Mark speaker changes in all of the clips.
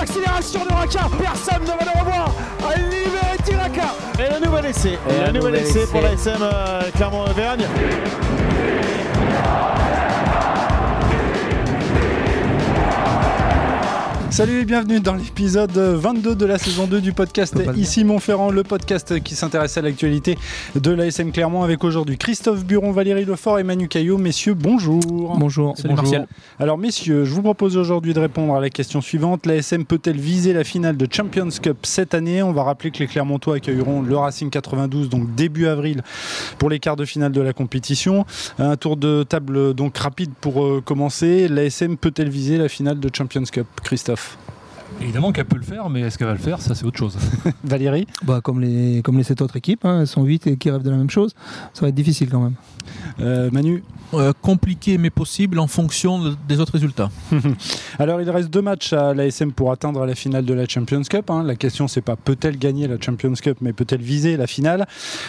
Speaker 1: l'accélération de Raka. Personne ne va le revoir. Liberty Raka.
Speaker 2: Et le nouvel essai.
Speaker 3: Et
Speaker 2: Et
Speaker 3: un
Speaker 2: le nouvel
Speaker 3: nouvel
Speaker 2: essai
Speaker 3: essai.
Speaker 2: pour la SM euh, Clermont-Auvergne.
Speaker 4: Salut et bienvenue dans l'épisode 22 de la saison 2 du podcast
Speaker 3: Faut pas le dire.
Speaker 4: Ici Montferrand, le podcast qui s'intéresse à l'actualité de l'ASM Clermont avec aujourd'hui Christophe Buron, Valérie Lefort et Manu Caillot. Messieurs, bonjour.
Speaker 3: Bonjour,
Speaker 4: Bonjour. Alors messieurs, je vous propose aujourd'hui de répondre à la question suivante. L'ASM peut-elle viser la finale de Champions Cup cette année On va rappeler que les Clermontois accueilleront le Racing 92 donc début avril pour les quarts de finale de la compétition. Un tour de table donc rapide pour euh, commencer. L'ASM peut-elle viser la finale de Champions Cup Christophe
Speaker 5: Évidemment qu'elle peut le faire, mais est-ce qu'elle va le faire Ça, c'est autre chose.
Speaker 4: Valérie
Speaker 3: Bah, comme, les, comme les 7 autres équipes, hein, elles sont 8 et qui rêvent de la même chose, ça va être difficile quand même.
Speaker 4: Euh, Manu
Speaker 6: Euh, compliqué mais possible en fonction de- des autres résultats.
Speaker 4: Alors, il reste deux matchs à l'ASM pour atteindre la finale de la Champions Cup. hein. La question, c'est pas peut-elle gagner la Champions Cup, mais peut-elle viser la finale.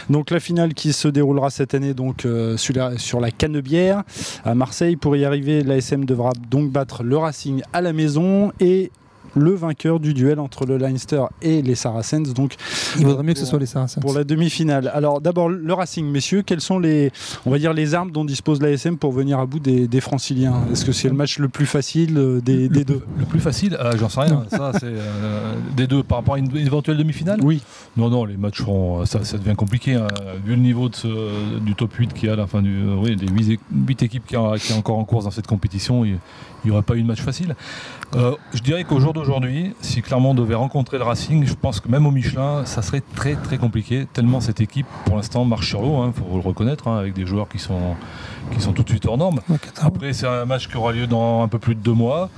Speaker 4: Donc, la finale qui se déroulera cette année donc, euh, sur, la, sur la Canebière à Marseille. Pour y arriver, l'ASM devra donc battre le Racing à la maison et le vainqueur du duel entre le Leinster et les Saracens. Donc,
Speaker 3: Il vaudrait mieux que ce soit les Saracens.
Speaker 4: pour la demi-finale. Alors d'abord le Racing, messieurs, quelles sont les, on va dire les armes dont dispose l'ASM pour venir à bout des, des Franciliens Est-ce que c'est le match le plus facile euh, des, des deux
Speaker 5: Le plus facile, ah, j'en sais rien. Ça, c'est euh, des deux par rapport à une éventuelle demi-finale.
Speaker 4: Oui.
Speaker 5: Non, non, les matchs seront, euh, ça, ça devient compliqué. hein. Vu le niveau de ce- du top 8 qu'il y a, là, enfin, du, euh, oui, les 8, équipes qu'il y, a, qu'il y a encore en course dans cette compétition, il n'y aurait pas eu de match facile. Euh, je dirais qu'au jour d'aujourd'hui, si Clermont devait rencontrer le Racing, je pense que même au Michelin, ça serait très très compliqué, tellement cette équipe, pour l'instant, marche sur l'eau, il faut le reconnaître, hein, avec des joueurs qui sont, qui sont tout de suite hors normes.
Speaker 3: Ouais, quatre ans.
Speaker 5: Après, c'est un match qui aura lieu dans un peu plus de deux mois.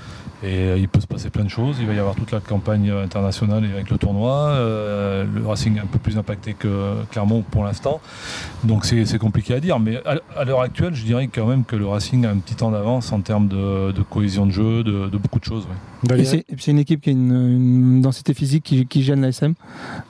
Speaker 5: Et euh, il peut se passer plein de choses. Il va y avoir toute la campagne euh, internationale avec le tournoi. Euh, le Racing est un peu plus impacté que Clermont pour l'instant. Donc c'est c'est compliqué à dire. Mais à, à l'heure actuelle, je dirais quand même que le Racing a un petit temps d'avance en termes de, de cohésion de jeu, de, de beaucoup de choses. ouais.
Speaker 3: Et
Speaker 4: Valérie
Speaker 3: c'est et puis c'est une équipe qui a une, une densité physique qui, qui gêne la SM.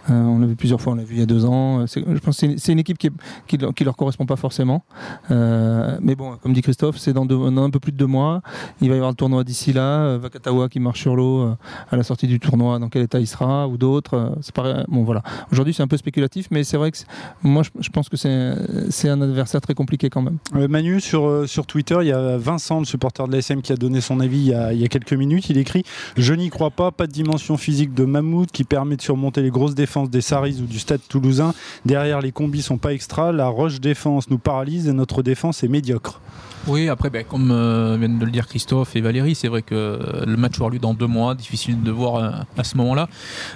Speaker 3: Euh, on l'a vu plusieurs fois, on l'a vu il y a deux ans. Euh, c'est- Je pense que c'est une- c'est une équipe qui, est- qui, leur- qui leur correspond pas forcément. Euh, mais bon, comme dit Christophe, c'est dans, deux- dans un peu plus de deux mois. Il va y avoir le tournoi d'ici là. Euh, Vakatawa qui marche sur l'eau euh, à la sortie du tournoi. Dans quel état il sera ou d'autres. euh, c'est pas- Bon voilà. Aujourd'hui, c'est un peu spéculatif, mais c'est vrai que c'est- moi, je, je pense que c'est c'est un adversaire très compliqué quand même.
Speaker 4: Euh, Manu, sur, euh, sur Twitter, il y a Vincent, le supporter de l'ASM, qui a donné son avis il y a, il y a quelques minutes. Il écrit Je n'y crois pas, pas de dimension physique de mammouth qui permet de surmonter les grosses défenses des Saris ou du Stade toulousain. Derrière, les combis sont pas extra. La roche défense nous paralyse et notre défense est médiocre.
Speaker 6: Oui, après, ben, comme euh, viennent de le dire Christophe et Valérie, c'est vrai que euh, le match aura lieu dans deux mois, difficile de voir euh, à ce moment-là.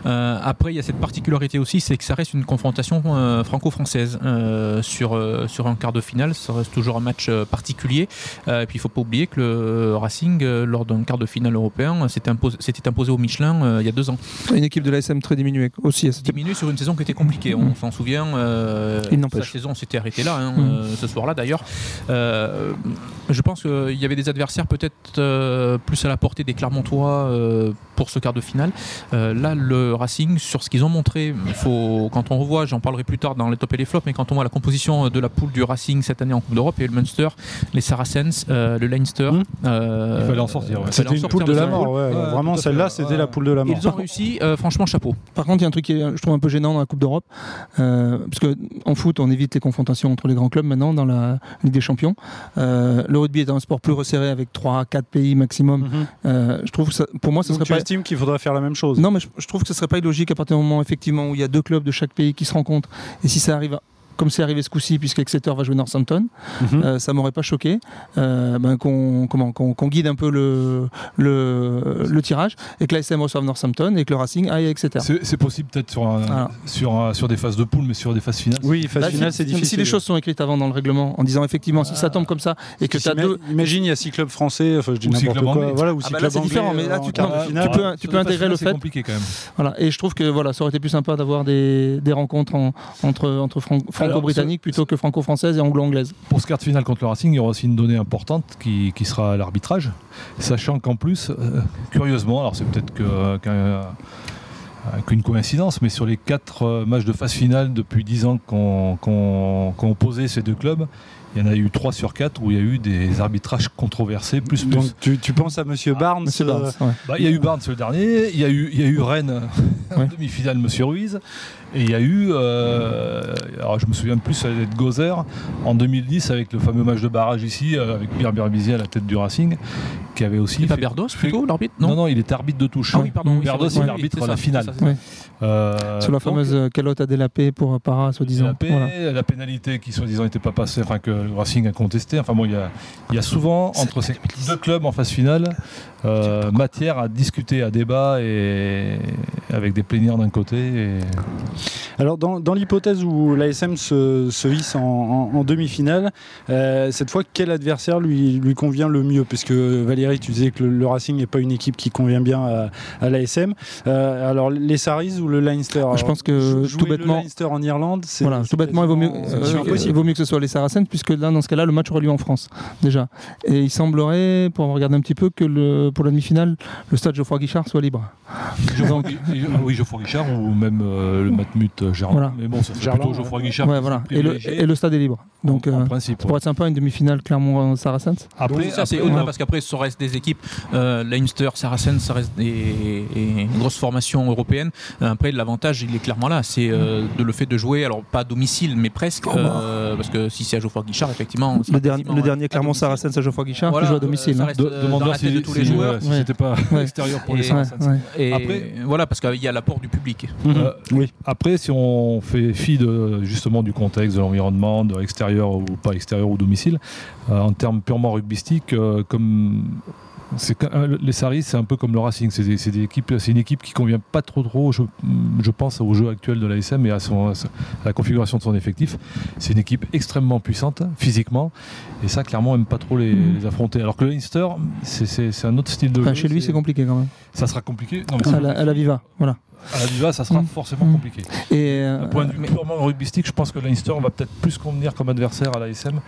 Speaker 6: Euh, après, il y a cette particularité aussi, c'est que ça reste une confrontation euh, franco-française euh, sur, euh, sur un quart de finale. Ça reste toujours un match euh, particulier. Euh, et puis, il ne faut pas oublier que le Racing, euh, lors d'un quart de finale européen, euh, s'était imposé, s'était imposé au Michelin euh, il y a deux ans.
Speaker 3: Une équipe de la SM très diminuée aussi à cette
Speaker 6: diminué sur une saison qui était compliquée, on s'en souvient. Euh,
Speaker 3: Il n'empêche.
Speaker 6: Sa saison s'était arrêtée là, hein,
Speaker 3: Mm.
Speaker 6: euh, ce soir-là d'ailleurs. Euh, je pense qu'il y avait des adversaires peut-être euh, plus à la portée des Clermontois euh, pour ce quart de finale. Euh, là, le Racing, sur ce qu'ils ont montré, il faut, quand on revoit, j'en parlerai plus tard dans les top et les flops, mais quand on voit la composition euh, de la poule du Racing cette année en Coupe d'Europe, il y a eu le Munster, les Saracens, euh, le Leinster.
Speaker 4: Mm.
Speaker 6: euh,
Speaker 5: Il fallait en sortir, ouais.
Speaker 6: il fallait en
Speaker 4: C'était une
Speaker 6: sortir
Speaker 4: poule de
Speaker 6: de
Speaker 4: la
Speaker 6: cette
Speaker 4: mort.
Speaker 6: poule.
Speaker 4: ouais.
Speaker 5: Ouais,
Speaker 4: Vraiment,
Speaker 5: tout à fait,
Speaker 4: celle-là,
Speaker 5: ouais.
Speaker 4: c'était la poule de la mort.
Speaker 6: Ils ont réussi, euh, franchement, chapeau.
Speaker 3: Par contre, il y a un truc qui est, je trouve un peu gênant dans la Coupe d'Europe, euh, parce que en foot, on évite les confrontations entre les grands clubs maintenant dans la Ligue des Champions. Euh, le rugby est un sport plus resserré avec 3 4 pays maximum.
Speaker 4: Mhm.
Speaker 3: Euh, je trouve que ça, pour moi, ce
Speaker 4: Donc,
Speaker 3: serait
Speaker 4: tu
Speaker 3: pas
Speaker 4: estimes qu'il faudrait faire la même chose
Speaker 3: non, mais je, je trouve que ce serait pas illogique à partir du moment effectivement où il y a deux clubs de chaque pays qui se rencontrent. Et si ça arrive, à- comme c'est arrivé ce coup-ci, puisque Exeter va jouer Northampton,
Speaker 4: Mhm.
Speaker 3: euh, ça m'aurait pas choqué. euh, ben, qu'on comment qu'on qu'on guide un peu le le, le tirage et que l'ASM reçoive Northampton et que le Racing aille à Exeter.
Speaker 5: C'est c'est possible peut-être sur, un-
Speaker 3: Voilà.
Speaker 5: sur, un- sur des phases de poule, mais sur des phases finales.
Speaker 4: Oui, phase
Speaker 3: Bah,
Speaker 4: finale,
Speaker 3: si-
Speaker 4: c'est difficile.
Speaker 3: Si les choses sont écrites avant dans le règlement, en disant effectivement, si ça tombe comme ça et que
Speaker 4: Parce
Speaker 3: tu as
Speaker 4: qu'ima-
Speaker 3: deux.
Speaker 4: Imagine, il y a six clubs français, enfin je dis
Speaker 5: Ou six
Speaker 4: n'importe
Speaker 5: clubs
Speaker 4: quoi.
Speaker 5: anglais.
Speaker 4: Voilà, ou
Speaker 3: Ah
Speaker 4: six
Speaker 3: bah là,
Speaker 4: clubs
Speaker 3: c'est
Speaker 4: anglais,
Speaker 3: différent, mais là,
Speaker 4: euh,
Speaker 3: tu-
Speaker 4: en quart
Speaker 3: non,
Speaker 4: de
Speaker 3: tu
Speaker 4: finale.
Speaker 3: peux- tu
Speaker 5: Sur
Speaker 3: peux
Speaker 5: des phases
Speaker 3: intégrer le
Speaker 5: finales,
Speaker 3: fait-
Speaker 5: C'est compliqué quand même.
Speaker 3: Voilà. Et je trouve que voilà, ça aurait été plus sympa d'avoir des, des rencontres en- entre, entre fran- franco-britanniques plutôt que franco-françaises et anglo-anglaises.
Speaker 5: Pour ce quart de finale contre le Racing, il y aura aussi une donnée importante qui, qui sera l'arbitrage. Sachant qu'en plus, euh, curieusement, alors c'est peut-être que- qu'un- euh, qu'une coïncidence, mais sur les quatre euh, matchs de phase finale depuis 10 ans qu'on qu'on- qu'ont opposé ces deux clubs, il y en a eu 3 sur 4 où il y a eu des arbitrages controversés, plus plus.
Speaker 4: Donc tu, tu penses à Monsieur Barnes
Speaker 3: Ah, Monsieur
Speaker 4: euh,
Speaker 3: Barnes, ouais.
Speaker 5: Bah, Il y a eu Barnes le dernier, il y a eu, il y a eu Rennes en
Speaker 3: Ouais.
Speaker 5: demi-finale, Monsieur Ruiz, et il y a eu, euh, alors je me souviens plus, ça allait être Gozer en 2010 avec le fameux match de barrage ici, euh, avec Pierre Berbizier à la tête du Racing, qui avait aussi.
Speaker 6: C'est pas
Speaker 5: fait-
Speaker 6: Berdos
Speaker 5: fait-
Speaker 6: plutôt, l'arbitre
Speaker 5: non,
Speaker 6: Non,
Speaker 5: non, il était arbitre de touche.
Speaker 6: Ah oui, pardon. oui,
Speaker 5: Berdos,
Speaker 6: c'est vrai,
Speaker 5: il
Speaker 6: oui,
Speaker 5: arbitre
Speaker 6: c'est
Speaker 5: à la
Speaker 6: ça,
Speaker 5: finale.
Speaker 6: c'est ça, c'est ça.
Speaker 5: Euh,
Speaker 3: Sur la
Speaker 5: donc,
Speaker 3: fameuse euh, calotte à délapé pour euh, Para, soi-disant.
Speaker 5: La, paix,
Speaker 3: Voilà.
Speaker 5: la pénalité qui soi-disant n'était pas passée, enfin que le Racing a contesté. Enfin bon, il y a, il y a souvent entre ces deux clubs en phase finale euh, matière à discuter, à débat et avec des plénières d'un côté. et-
Speaker 4: Alors dans, dans l'hypothèse où l'ASM se, se hisse en, en- en demi-finale, euh, cette fois quel adversaire lui, lui convient le mieux Puisque Valérie, tu disais que le, le Racing n'est pas une équipe qui convient bien à, à l'ASM. Euh, alors les Saris ou le Leinster
Speaker 3: Je
Speaker 4: Alors,
Speaker 3: pense que,
Speaker 4: jou-
Speaker 3: tout
Speaker 4: jouer
Speaker 3: bêtement-
Speaker 4: le Leinster en Irlande, c'est
Speaker 3: Voilà,
Speaker 4: c'est
Speaker 3: tout bêtement, il vaut, mieux,
Speaker 4: quasiment-
Speaker 3: euh,
Speaker 4: c'est
Speaker 3: il
Speaker 4: impossible.
Speaker 3: vaut mieux que ce soit les Saracens, puisque là, dans ce cas-là, le match aura lieu en France, déjà. Et il semblerait, pour regarder un petit peu, que le, pour la demi-finale, le stade Geoffroy Guichard soit libre.
Speaker 5: Geoffroy- et- ah oui, Geoffroy Guichard ou même euh, le Matmut euh, Gerland.
Speaker 3: Voilà.
Speaker 5: Mais bon, ça serait
Speaker 4: Gerland,
Speaker 5: plutôt Geoffroy Guichard
Speaker 3: Ouais, voilà. Et le,
Speaker 5: privilégié.
Speaker 3: et le stade est libre. Donc,
Speaker 5: en, en
Speaker 3: euh,
Speaker 5: principe.
Speaker 3: ça pourrait
Speaker 5: ouais.
Speaker 3: être sympa une demi-finale Clermont-Saracens.
Speaker 5: Après,
Speaker 6: Donc, ça, c'est
Speaker 5: après,
Speaker 6: au-delà,
Speaker 5: on-
Speaker 6: parce qu'après, ça reste des équipes. Euh, Leinster, Saracens, ça reste des, des grosses formations européennes. Euh, Après, l'avantage, il est clairement là. C'est euh, de le fait de jouer, alors pas à domicile, mais
Speaker 4: Oh,
Speaker 6: presque.
Speaker 4: bah.
Speaker 6: euh, parce que si c'est à Geoffroy Guichard, effectivement. c'est
Speaker 3: Le, dernier-
Speaker 6: quasiment,
Speaker 3: le
Speaker 6: euh,
Speaker 3: dernier
Speaker 6: à
Speaker 3: Clermont-Saracens à Geoffroy Guichard,
Speaker 6: Voilà,
Speaker 3: qui joue à
Speaker 6: euh,
Speaker 3: domiceur.
Speaker 6: ça
Speaker 3: hein.
Speaker 6: reste,
Speaker 5: de-
Speaker 6: euh, dans
Speaker 5: demandeur
Speaker 6: la tête
Speaker 5: si,
Speaker 6: de tous
Speaker 5: si-
Speaker 6: les
Speaker 5: ouais,
Speaker 6: joueurs.
Speaker 5: si
Speaker 3: Ouais.
Speaker 5: c'était pas
Speaker 3: Ouais.
Speaker 5: extérieur pour les
Speaker 6: Et-
Speaker 5: Saracens.
Speaker 3: Ouais, ouais.
Speaker 6: Et
Speaker 5: Après-
Speaker 6: voilà, parce qu'il y a l'apport du public.
Speaker 5: Euh,
Speaker 4: Oui.
Speaker 5: Après, si on fait fi de, justement du contexte, de l'environnement, de extérieur ou pas extérieur ou domicile, euh, en termes purement rugbystiques, euh, comme c'est quand- euh, les Saris, c'est un peu comme le Racing. C'est des- c'est des équipes- c'est une équipe qui convient pas trop trop, je, je pense, au jeu actuel de l'ASM et à, son, à sa- à la configuration de son effectif. C'est une équipe extrêmement puissante physiquement et ça, clairement, aime pas trop les, les affronter. Alors que le Leinster, c'est- c'est c'est un autre style de
Speaker 3: Enfin,
Speaker 5: jeu.
Speaker 3: chez lui, c'est Ah, compliqué quand même.
Speaker 5: Ça sera compliqué. Non, mais
Speaker 3: À la, à la Viva, voilà.
Speaker 5: à la Viva, ça sera
Speaker 3: Mm.
Speaker 5: forcément
Speaker 3: Mm.
Speaker 5: compliqué.
Speaker 3: Et, euh,
Speaker 5: D'un point de vue purement rugbystique, je pense que Leinster va peut-être plus convenir comme adversaire à l'ASM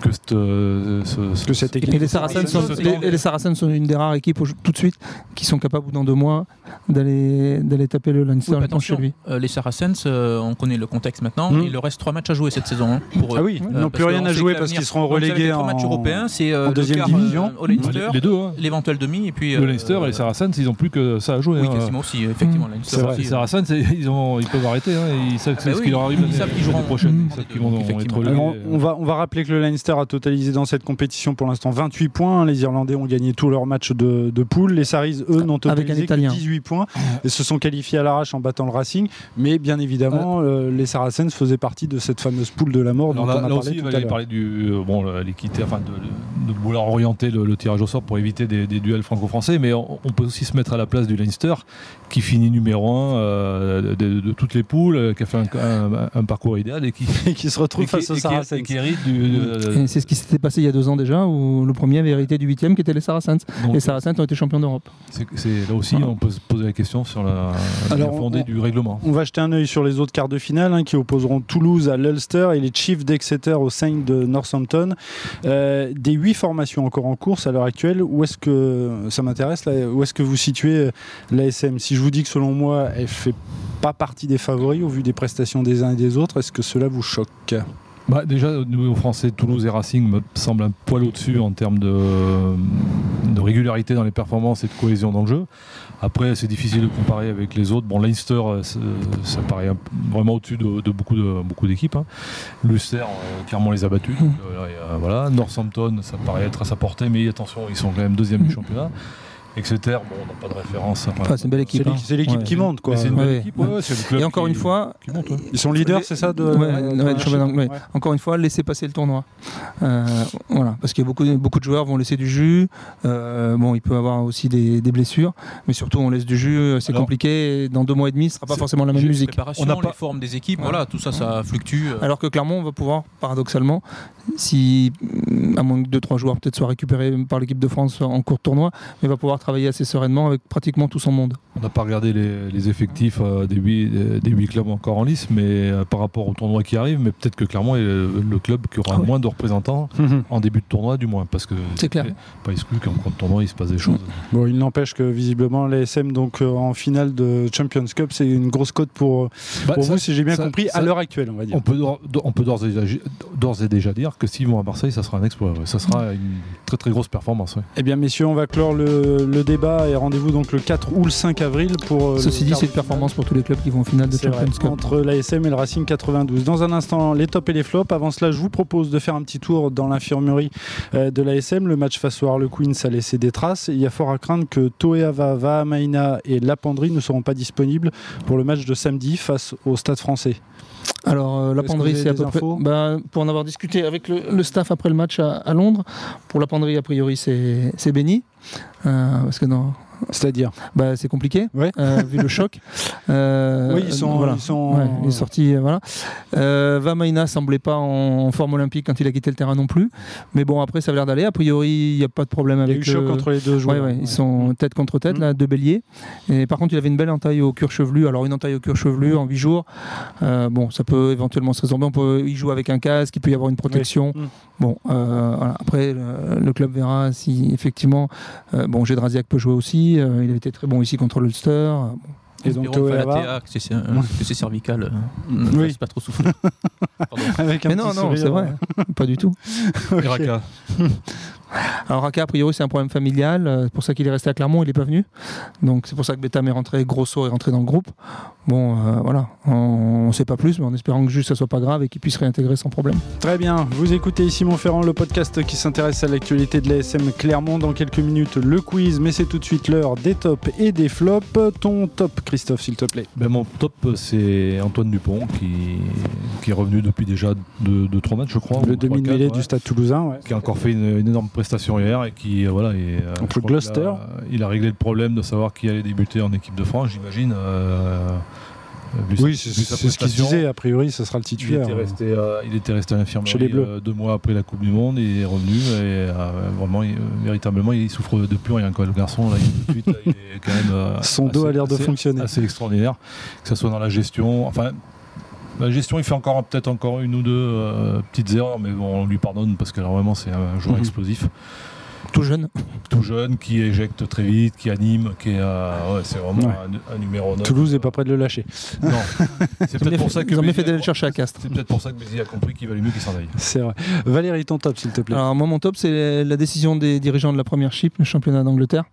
Speaker 5: que cette, euh, ce- ce-
Speaker 4: que cette
Speaker 3: Et
Speaker 4: équipe.
Speaker 3: puis les Saracens,
Speaker 5: Saracens
Speaker 3: sont,
Speaker 5: se
Speaker 3: les,
Speaker 5: tendent.
Speaker 3: et les Saracens sont une des rares équipes au- tout de suite qui sont capables, dans deux mois, d'aller d'aller taper le Leinster
Speaker 6: Oui, mais
Speaker 3: je pense, chez
Speaker 6: attention,
Speaker 3: lui.
Speaker 6: euh, les Saracens, euh, on connaît le contexte maintenant.
Speaker 4: Mm.
Speaker 6: Il leur reste trois matchs à jouer cette saison hein, pour eux.
Speaker 4: Ah oui,
Speaker 6: Euh,
Speaker 4: ils n'ont
Speaker 6: parce
Speaker 4: plus
Speaker 6: que
Speaker 4: rien
Speaker 6: on
Speaker 4: à
Speaker 6: sait que
Speaker 4: jouer
Speaker 6: l'avenir-
Speaker 4: parce qu'ils seront
Speaker 6: donc, ça va être les
Speaker 4: relégués
Speaker 6: trois matchs européens, c'est euh,
Speaker 4: en
Speaker 6: le
Speaker 4: deuxième
Speaker 6: quart,
Speaker 4: division.
Speaker 6: euh, au Leinster,
Speaker 5: les, les deux, hein.
Speaker 6: l'éventuel demi, et puis
Speaker 5: le
Speaker 6: euh,
Speaker 5: Leinster et les Saracens, ils n'ont plus que ça à jouer.
Speaker 6: Oui,
Speaker 5: hein.
Speaker 6: quasiment aussi, effectivement. Leinster
Speaker 4: C'est vrai,
Speaker 6: aussi,
Speaker 5: Les Saracens, c'est- ils, ont, ils peuvent arrêter. hein, et Ils savent que
Speaker 6: Ah
Speaker 5: c'est
Speaker 6: bah
Speaker 5: ce
Speaker 6: oui,
Speaker 5: qui leur arrive
Speaker 6: ils
Speaker 5: l'année-
Speaker 6: savent qu'ils joueront
Speaker 5: l'année prochaine. Ils
Speaker 6: en
Speaker 5: savent qu'ils
Speaker 6: Ligue
Speaker 5: vont
Speaker 6: un,
Speaker 5: vont être
Speaker 6: effectivement.
Speaker 5: relevés.
Speaker 4: Alors, on, on va, on va rappeler que le Leinster a totalisé dans cette compétition pour l'instant 28 points. Les Irlandais ont gagné tous leurs matchs de, de poule. Les Saris, eux, n'ont
Speaker 3: Avec un
Speaker 4: totalisé que
Speaker 3: Italien.
Speaker 4: 18 points et se sont qualifiés à l'arrache en battant le Racing. Mais bien évidemment, euh, les Saracens faisaient partie de cette fameuse poule de la mort
Speaker 5: Alors
Speaker 4: dont
Speaker 5: là,
Speaker 4: on a
Speaker 5: là
Speaker 4: parlé
Speaker 5: aussi, il
Speaker 4: tout
Speaker 5: va
Speaker 4: à
Speaker 5: aller
Speaker 4: l'heure.
Speaker 5: parler du euh, bon, le- l'équité, enfin de, de vouloir orienter le, le tirage au sort pour éviter des, des duels franco-français, mais on, on peut aussi se mettre à la place du Leinster qui finit numéro 1 de, de toutes les poules, euh, qui a fait un, un- un parcours idéal et qui,
Speaker 4: Et qui se
Speaker 5: et
Speaker 4: retrouvent
Speaker 5: qui-
Speaker 4: face aux
Speaker 5: et qui-
Speaker 4: Saracens.
Speaker 5: et qui hérite du. de-
Speaker 6: Euh,
Speaker 3: Et c'est ce qui s'était passé il y a deux ans déjà, où le premier avait hérité du huitième, qui était les Saracens.
Speaker 5: donc,
Speaker 3: Les Saracens ont été champions d'Europe.
Speaker 5: c'est- c'est- là aussi,
Speaker 3: Voilà.
Speaker 5: on peut se poser la question sur la,
Speaker 4: Alors,
Speaker 5: la fondée
Speaker 4: on-
Speaker 5: du règlement.
Speaker 4: On va jeter un œil sur les autres quarts de finale hein, qui opposeront Toulouse à l'Ulster et les Chiefs d'Exeter au Saints de Northampton. Euh, des huit formations encore en course à l'heure actuelle, où est-ce que ça m'intéresse là, Où est-ce que vous situez euh, l'ASM Si je vous dis que selon moi, elle fait pas partie des favoris au vu des prestations des uns et des autres, est-ce que cela vous choque
Speaker 5: Bah, déjà, au niveau français, Toulouse et Racing me semblent un poil au-dessus en termes de, de régularité dans les performances et de cohésion dans le jeu. Après, c'est difficile de comparer avec les autres. Bon, Leinster, euh, c'est- ça paraît un- vraiment au-dessus de, de beaucoup de- beaucoup d'équipes. hein. Luster, euh, clairement, les a battus.
Speaker 3: Mmh.
Speaker 5: donc, euh, là, il y a- voilà. Northampton, ça paraît être à sa portée, mais attention, ils sont quand même deuxième du championnat. Etc. Bon, on n'a pas de référence. enfin,
Speaker 3: Enfin, Mmh. c'est une belle
Speaker 4: C'est
Speaker 3: équipe. hein.
Speaker 4: l'équ- c'est l'équipe
Speaker 3: Ouais.
Speaker 4: qui monte, quoi.
Speaker 5: mais c'est une belle
Speaker 3: Ouais.
Speaker 5: équipe, ouais, ouais, c'est le club
Speaker 3: Et encore
Speaker 5: qui-
Speaker 3: une fois,
Speaker 5: qui monte, ouais.
Speaker 4: Ils sont leaders, c'est ça de,
Speaker 3: Ouais,
Speaker 4: de-
Speaker 3: ouais,
Speaker 4: de-
Speaker 3: le championnat anglais.
Speaker 4: Ouais.
Speaker 3: Encore une fois, laissez passer le tournoi. Euh, voilà, parce qu'il y a beaucoup, beaucoup de joueurs vont laisser du jus. Euh, bon, il peut avoir aussi des, des blessures, mais surtout on laisse du jus, euh, c'est
Speaker 5: Alors-
Speaker 3: compliqué. et Dans deux mois et demi, ce sera pas
Speaker 5: C'est-
Speaker 3: forcément la même
Speaker 5: juste
Speaker 3: musique.
Speaker 6: préparation,
Speaker 5: On n'a pas-
Speaker 6: les formes des équipes,
Speaker 3: Ouais.
Speaker 6: voilà, tout ça, ça fluctue. euh.
Speaker 3: Alors que Clermont, on va pouvoir, paradoxalement, mm, si, à moins que 2-3 joueurs peut-être soient récupérés par l'équipe de France en cours de tournoi, mais va pouvoir travaillé assez sereinement avec pratiquement tout son monde.
Speaker 5: On n'a pas regardé les, les effectifs euh, des, huit, des- des huit clubs encore en lice, mais euh, par rapport au tournoi qui arrive, mais peut-être que Clermont est le, le club qui aura
Speaker 3: Ah ouais.
Speaker 5: moins de représentants en début de tournoi, du moins, parce que
Speaker 3: C'est clair.
Speaker 5: pas exclu qu'en cours de tournoi il se passe des choses.
Speaker 4: Bon, il n'empêche que visiblement l'ASM donc euh, en finale de Champions Cup, c'est une grosse cote pour, euh,
Speaker 5: Bah,
Speaker 4: pour
Speaker 5: ça,
Speaker 4: vous si j'ai bien
Speaker 5: ça-
Speaker 4: compris
Speaker 5: ça-
Speaker 4: à l'heure actuelle, on va dire.
Speaker 5: on peut d'or- on peut d'ores et, déjà- d'ores et déjà dire que s'ils vont à Marseille, ça sera un exploit. ouais. Ça sera une très très grosse performance. ouais.
Speaker 4: Eh bien messieurs, on va clore le, le débat et rendez-vous donc le 4 ou le 5 avril pour euh, le
Speaker 3: Ceci dit,
Speaker 4: quart
Speaker 3: c'est
Speaker 4: de
Speaker 3: une
Speaker 4: finale.
Speaker 3: performance pour tous les clubs qui vont en finale de
Speaker 4: C'est
Speaker 3: Champions
Speaker 4: vrai,
Speaker 3: Cup.
Speaker 4: entre l'ASM et le Racing 92. Dans un instant, les tops et les flops. Avant cela, je vous propose de faire un petit tour dans l'infirmerie euh, de l'ASM. Le match face au Harlequins a laissé des traces. Il y a fort à craindre que Toeava, Vahamaina et Lapandry ne seront pas disponibles pour le match de samedi face au Stade français.
Speaker 3: Alors, euh,
Speaker 4: Est-ce
Speaker 3: la
Speaker 4: que
Speaker 3: penderie,
Speaker 4: vous avez
Speaker 3: c'est à
Speaker 4: des
Speaker 3: peu près.
Speaker 4: infos
Speaker 3: Bah, pour en avoir discuté avec le, le staff après le match à, à Londres, pour la penderie, a priori, c'est c'est béni. Euh, parce que non,
Speaker 4: C'est-à-dire
Speaker 3: bah, c'est compliqué,
Speaker 4: Ouais.
Speaker 3: euh, vu le choc. Euh,
Speaker 4: Oui, ils sont.
Speaker 3: voilà.
Speaker 4: ils sont-
Speaker 3: Ouais, il est sorti, euh, voilà. Euh, Vamaina semblait pas en forme olympique quand il a quitté le terrain non plus. Mais bon, après, ça a l'air d'aller. A priori, il n'y a pas de problème
Speaker 4: Il y a
Speaker 3: avec.
Speaker 4: eu choc
Speaker 3: le-
Speaker 4: entre les deux
Speaker 3: Ouais,
Speaker 4: joueurs. hein,
Speaker 3: ouais, ils sont tête contre tête,
Speaker 4: Mm.
Speaker 3: là, deux béliers. Et par contre, il avait une belle entaille au cuir chevelu. Alors, une entaille au cuir chevelu
Speaker 4: Mm.
Speaker 3: en 8 jours, euh, bon, ça peut éventuellement se résorber. On peut y jouer avec un casque, il peut y avoir une protection.
Speaker 4: Oui. Mm.
Speaker 3: Bon, euh, voilà. après, le, le club verra si effectivement. euh, bon, Gédrasiak peut jouer aussi. Euh, il avait été très bon ici contre l'Ulster.
Speaker 4: Et donc,
Speaker 6: Espérons que la
Speaker 4: Toeava,
Speaker 6: TA, que c'est- euh, que c'est cervical, euh, ne
Speaker 4: Oui.
Speaker 6: fasse pas trop souffler. Pardon.
Speaker 4: avec un
Speaker 3: Mais non,
Speaker 4: petit
Speaker 3: non,
Speaker 4: sourire.
Speaker 3: c'est vrai, pas du tout.
Speaker 4: Ok.
Speaker 5: Iraka.
Speaker 3: Alors Raka, a priori, c'est un problème familial. euh, C'est pour ça qu'il est resté à Clermont, il n'est pas venu. Donc c'est pour ça que Betam est rentré, Grosso est rentré dans le groupe. Bon, euh, voilà, on ne sait pas plus, mais en espérant que juste ça soit pas grave et qu'il puisse réintégrer sans problème.
Speaker 4: Très bien, vous écoutez ici Montferrand, le podcast qui s'intéresse à l'actualité de l'ASM Clermont. Dans quelques minutes, le quiz, mais c'est tout de suite l'heure des tops et des flops. Ton top, Christophe, s'il te plaît.
Speaker 5: Ben, mon top, c'est Antoine Dupont qui, qui est revenu depuis déjà deux, deux, trois matchs, je crois.
Speaker 4: le
Speaker 5: ou trois,
Speaker 4: demi-mêlée
Speaker 5: quatre,
Speaker 4: du
Speaker 5: ouais.
Speaker 4: Stade Toulousain, ouais.
Speaker 5: qui a encore fait une, une énorme prestation hier et qui euh, voilà et, euh,
Speaker 4: Contre
Speaker 5: je crois
Speaker 4: Gloucester.
Speaker 5: qu'il a- Il a, réglé le problème de savoir qui allait débuter en équipe de France, j'imagine. euh, vu sa-
Speaker 4: Oui,
Speaker 5: vu
Speaker 4: c'est
Speaker 5: sa
Speaker 4: c'est ce qu'il
Speaker 5: prestation.
Speaker 4: disait, a priori, ce sera le
Speaker 5: Il
Speaker 4: titulaire.
Speaker 5: était, resté, euh, il était resté à l'infirmerie
Speaker 4: Chez les Bleus.
Speaker 5: euh, deux mois après la Coupe du Monde, il est revenu et euh, vraiment, il- euh, véritablement, il souffre de plus rien. Quoi. Le garçon, là, il, tout de suite, là, il est quand même. euh,
Speaker 4: Son dos
Speaker 5: assez-
Speaker 4: a l'air de
Speaker 5: assez-
Speaker 4: fonctionner.
Speaker 5: Assez extraordinaire, que ce soit dans la gestion. Enfin, la gestion, il fait encore peut-être encore une ou deux euh, petites erreurs, mais bon, on lui pardonne parce que là, vraiment, c'est un joueur
Speaker 4: Mhm.
Speaker 5: explosif,
Speaker 3: Tout jeune.
Speaker 5: tout jeune, qui éjecte très vite, qui anime, qui est. euh, ouais, c'est vraiment
Speaker 4: Ouais.
Speaker 5: un, un numéro 9.
Speaker 4: Toulouse n'est pas près de le lâcher.
Speaker 5: Non. C'est peut-être pour ça que.
Speaker 3: Ils ont bien
Speaker 5: Béziers-
Speaker 3: fait d'aller le chercher à Castres.
Speaker 5: C'est peut-être pour ça que Béziers a compris qu'il valait mieux qu'il s'en aille.
Speaker 4: C'est vrai. Valérie, ton top, s'il te plaît.
Speaker 3: Alors moi, mon top, c'est la décision des dirigeants de la première chip, le championnat d'Angleterre,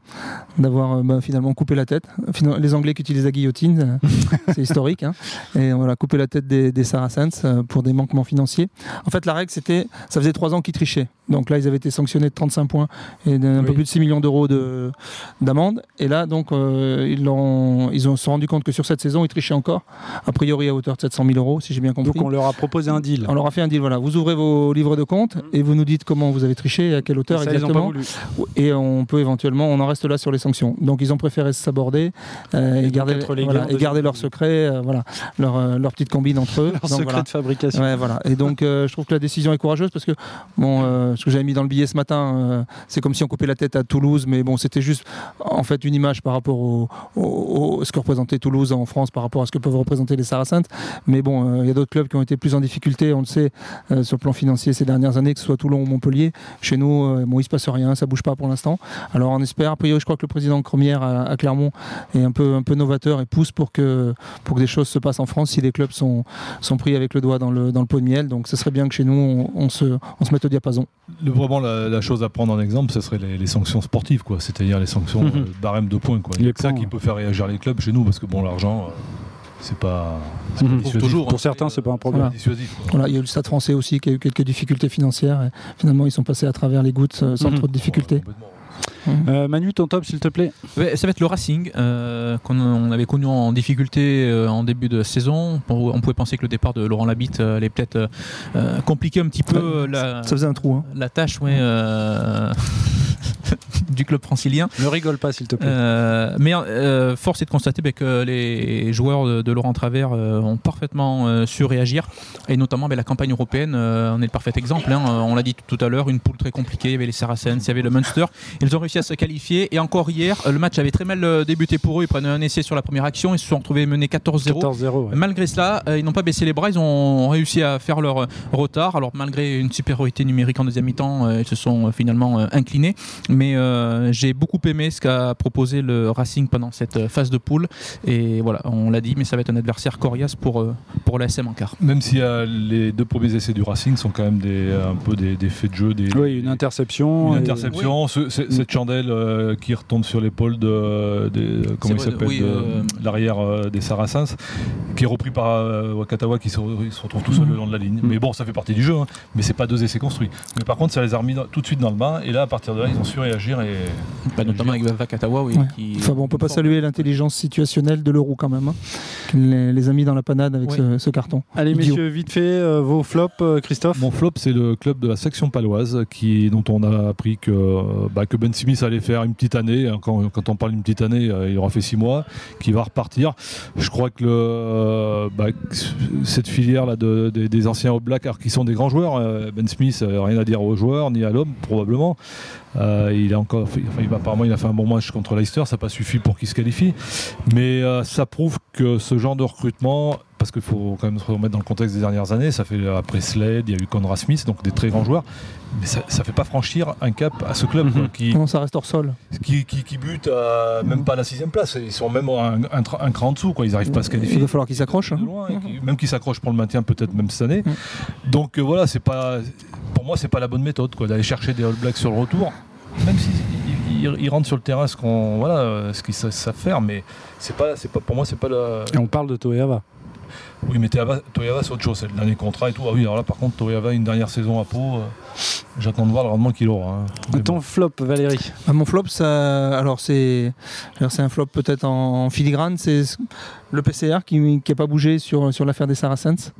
Speaker 3: d'avoir euh, bah, finalement coupé la tête. Fina- Les Anglais qui utilisent la guillotine, euh, c'est historique. hein. Et voilà, couper la tête des, des Saracens euh, pour des manquements financiers. En fait, la règle, c'était, ça faisait trois ans qu'ils trichaient. Donc là, ils avaient été sanctionnés de 35 points et d'un
Speaker 4: Oui.
Speaker 3: peu plus de 6 millions d'euros de- d'amende. Et là, donc, euh, ils, l'ont- ils ont, se sont rendus compte que sur cette saison, ils trichaient encore, a priori à hauteur de 700 000 euros, si j'ai bien compris.
Speaker 4: Donc, on leur a proposé un deal.
Speaker 3: On leur a fait un deal, voilà. Vous ouvrez vos livres de compte et vous nous dites comment vous avez triché et à quelle hauteur
Speaker 4: Mm. Ça, ils n'ont pas
Speaker 3: exactement.
Speaker 4: voulu.
Speaker 3: Et on peut éventuellement, on en reste là sur les sanctions. Donc ils ont préféré s'aborder euh, et,
Speaker 4: donc,
Speaker 3: garder,
Speaker 4: être les
Speaker 3: voilà,
Speaker 4: gardes
Speaker 3: et
Speaker 4: de-
Speaker 3: garder leur secret, euh, voilà, leur, euh, leur petite combine entre eux.
Speaker 4: Leur
Speaker 3: Donc,
Speaker 4: secret
Speaker 3: voilà.
Speaker 4: de fabrication.
Speaker 3: Ouais, voilà. Et donc, euh, je trouve que la décision est courageuse parce que bon, euh, ce que j'avais mis dans le billet ce matin, euh, c'est comme si on coupait la tête à Toulouse, mais bon, c'était juste en fait une image par rapport au, au- au- ce que représentait Toulouse en France, par rapport à ce que peuvent représenter les Saracens. Mais bon, euh, il y a d'autres clubs qui ont été plus en difficulté, on le sait, euh, sur le plan financier ces dernières années, que ce soit Toulon ou Montpellier. Chez nous, euh, bon, il se passe rien, ça bouge pas pour l'instant. Alors, on espère. A priori, je crois que le président Cromière à, à Clermont est un peu un peu novateur et pousse pour que pour que des choses se passent en France si les clubs sont sont pris avec le doigt dans le, dans le pot de miel. Donc ce serait bien que chez nous, on, on se, on se mette au diapason.
Speaker 5: Le- vraiment, la, la chose à prendre en exemple, ce serait les, les sanctions sportives, quoi. C'est-à-dire les sanctions
Speaker 4: Mhm.
Speaker 5: euh, barème de points, quoi. Il y
Speaker 4: Les
Speaker 5: a que ça
Speaker 4: points,
Speaker 5: qui
Speaker 4: ouais.
Speaker 5: peut faire réagir les clubs chez nous, parce que bon, l'argent, euh, c'est pas, c'est pas
Speaker 4: Mhm.
Speaker 5: dissuasif.
Speaker 6: Toujours,
Speaker 4: Pour
Speaker 6: hein,
Speaker 4: certains,
Speaker 6: euh,
Speaker 4: c'est pas un
Speaker 5: C'est pas
Speaker 4: problème.
Speaker 5: dissuasif, quoi.
Speaker 3: Voilà, il y a eu le Stade français aussi qui a eu quelques difficultés financières. Et finalement, ils sont passés à travers les gouttes euh, sans
Speaker 4: Mhm.
Speaker 3: trop de difficultés.
Speaker 5: Bon, complètement.
Speaker 4: Euh, Manu, ton top, s'il te plaît.
Speaker 6: Ouais, Ça va être le Racing euh, qu'on on avait connu en difficulté euh, en début de saison. On, on pouvait penser que le départ de Laurent Labitte euh, allait peut-être euh, euh, compliquer un petit peu euh, la,
Speaker 3: Ça faisait un trou. hein.
Speaker 6: la tâche. Ouais, euh, du club francilien.
Speaker 4: Ne rigole pas, s'il te plaît.
Speaker 6: Euh, mais euh, force est de constater bah, que les joueurs de, de Laurent Travers euh, ont parfaitement euh, su réagir, et notamment bah, la campagne européenne euh, en est le parfait exemple. hein. Euh, on l'a dit tout à l'heure, une poule très compliquée, il y avait les Saracens, il y avait le Munster. Ils ont réussi à se qualifier, et encore hier, euh, le match avait très mal euh, débuté pour eux. Ils prenaient un essai sur la première action, ils se sont retrouvés menés 14-0.
Speaker 4: 14-0. ouais.
Speaker 6: Malgré cela, euh, ils n'ont pas baissé les bras, ils ont réussi à faire leur euh, retard. Alors malgré une supériorité numérique en deuxième mi-temps, euh, ils se sont euh, finalement euh, inclinés. Mais euh, j'ai beaucoup aimé ce qu'a proposé le Racing pendant cette euh, phase de poule. Et voilà, on l'a dit, mais ça va être un adversaire coriace pour, euh, pour la SM en quart.
Speaker 5: Même si euh, les deux premiers essais du Racing sont quand même des, un peu des, des faits de jeu, des,
Speaker 4: Oui, une interception.
Speaker 5: Une
Speaker 4: et-
Speaker 5: interception, ce- ce- cette chandelle euh, qui retombe sur l'épaule de, des- comment il
Speaker 6: vrai,
Speaker 5: s'appelle,
Speaker 6: oui,
Speaker 5: de-
Speaker 6: euh,
Speaker 5: l'arrière euh, des Saracens, qui est repris par euh, Wakatawa qui se, il se retrouve tout seul le long de la ligne. Mais bon, ça fait partie du jeu, hein. mais c'est pas deux essais construits. Mais par contre, ça les a remis dans- tout de suite dans le bain, et là, à partir de là, ils ont su réagir. Et...
Speaker 6: Bah, notamment avec Vakatawa. Oui,
Speaker 3: Ouais.
Speaker 6: qui-
Speaker 3: Enfin bon, on peut pas saluer l'intelligence situationnelle de l'euro quand même. hein, qui les, les a mis dans la panade avec
Speaker 6: Oui.
Speaker 3: ce, ce carton.
Speaker 4: Allez,
Speaker 3: Idiot.
Speaker 4: messieurs, vite fait, euh, vos flops, euh, Christophe.
Speaker 5: Mon flop, c'est le club de la section paloise qui, dont on a appris que, bah, que Ben Smith allait faire une petite année. Hein, Quand, quand on parle d'une petite année, euh, il aura fait six mois, qui va repartir. Je crois que le, euh, bah, que c- cette filière là de- des- des anciens All Blacks, alors qui sont des grands joueurs, euh, Ben Smith, euh, rien à dire aux joueurs ni à l'homme probablement. Euh, il a encore, fait- enfin, il- apparemment, il a fait un bon match contre Leicester, ça n'a pas suffi pour qu'il se qualifie. Mais euh, ça prouve que ce genre de recrutement, parce qu'il faut quand même se remettre dans le contexte des dernières années, ça fait euh, après Slade, il y a eu Conrad Smith, donc des très grands joueurs, mais ça ne fait pas franchir un cap à ce club
Speaker 4: Mhm.
Speaker 5: quoi, qui,
Speaker 3: Non, ça reste hors sol.
Speaker 5: qui, qui- qui bute à même pas à la sixième place. Ils sont même un, un tra- un cran en dessous, quoi. ils n'arrivent pas à se qualifier
Speaker 3: Il va falloir qu'ils s'accrochent.
Speaker 5: de
Speaker 3: hein.
Speaker 5: loin, et qui- même qui s'accroche pour le maintien peut-être même cette année. Donc euh, voilà, c'est pas, pour moi, c'est pas la bonne méthode quoi, d'aller chercher des All Blacks sur le retour. Même s'ils ils- ils- ils rentrent sur le terrain ce qu'on voilà euh, ce qu'ils sa- savent faire, mais c'est pas c'est pas pour moi c'est pas la.
Speaker 4: Et on parle de Toeava.
Speaker 5: Oui, mais Toyava, Toyava, c'est autre chose, c'est le dernier contrat et tout. Ah oui, alors là par contre Toyava une dernière saison à Pau, euh, j'attends de voir le rendement qu'il aura. hein. Mais
Speaker 4: Ton flop, Valérie.
Speaker 3: Ah, mon flop, ça, alors c'est, alors c'est un flop peut-être en, en filigrane, c'est ce- le PCR qui n'a pas bougé sur, sur l'affaire des Saracens.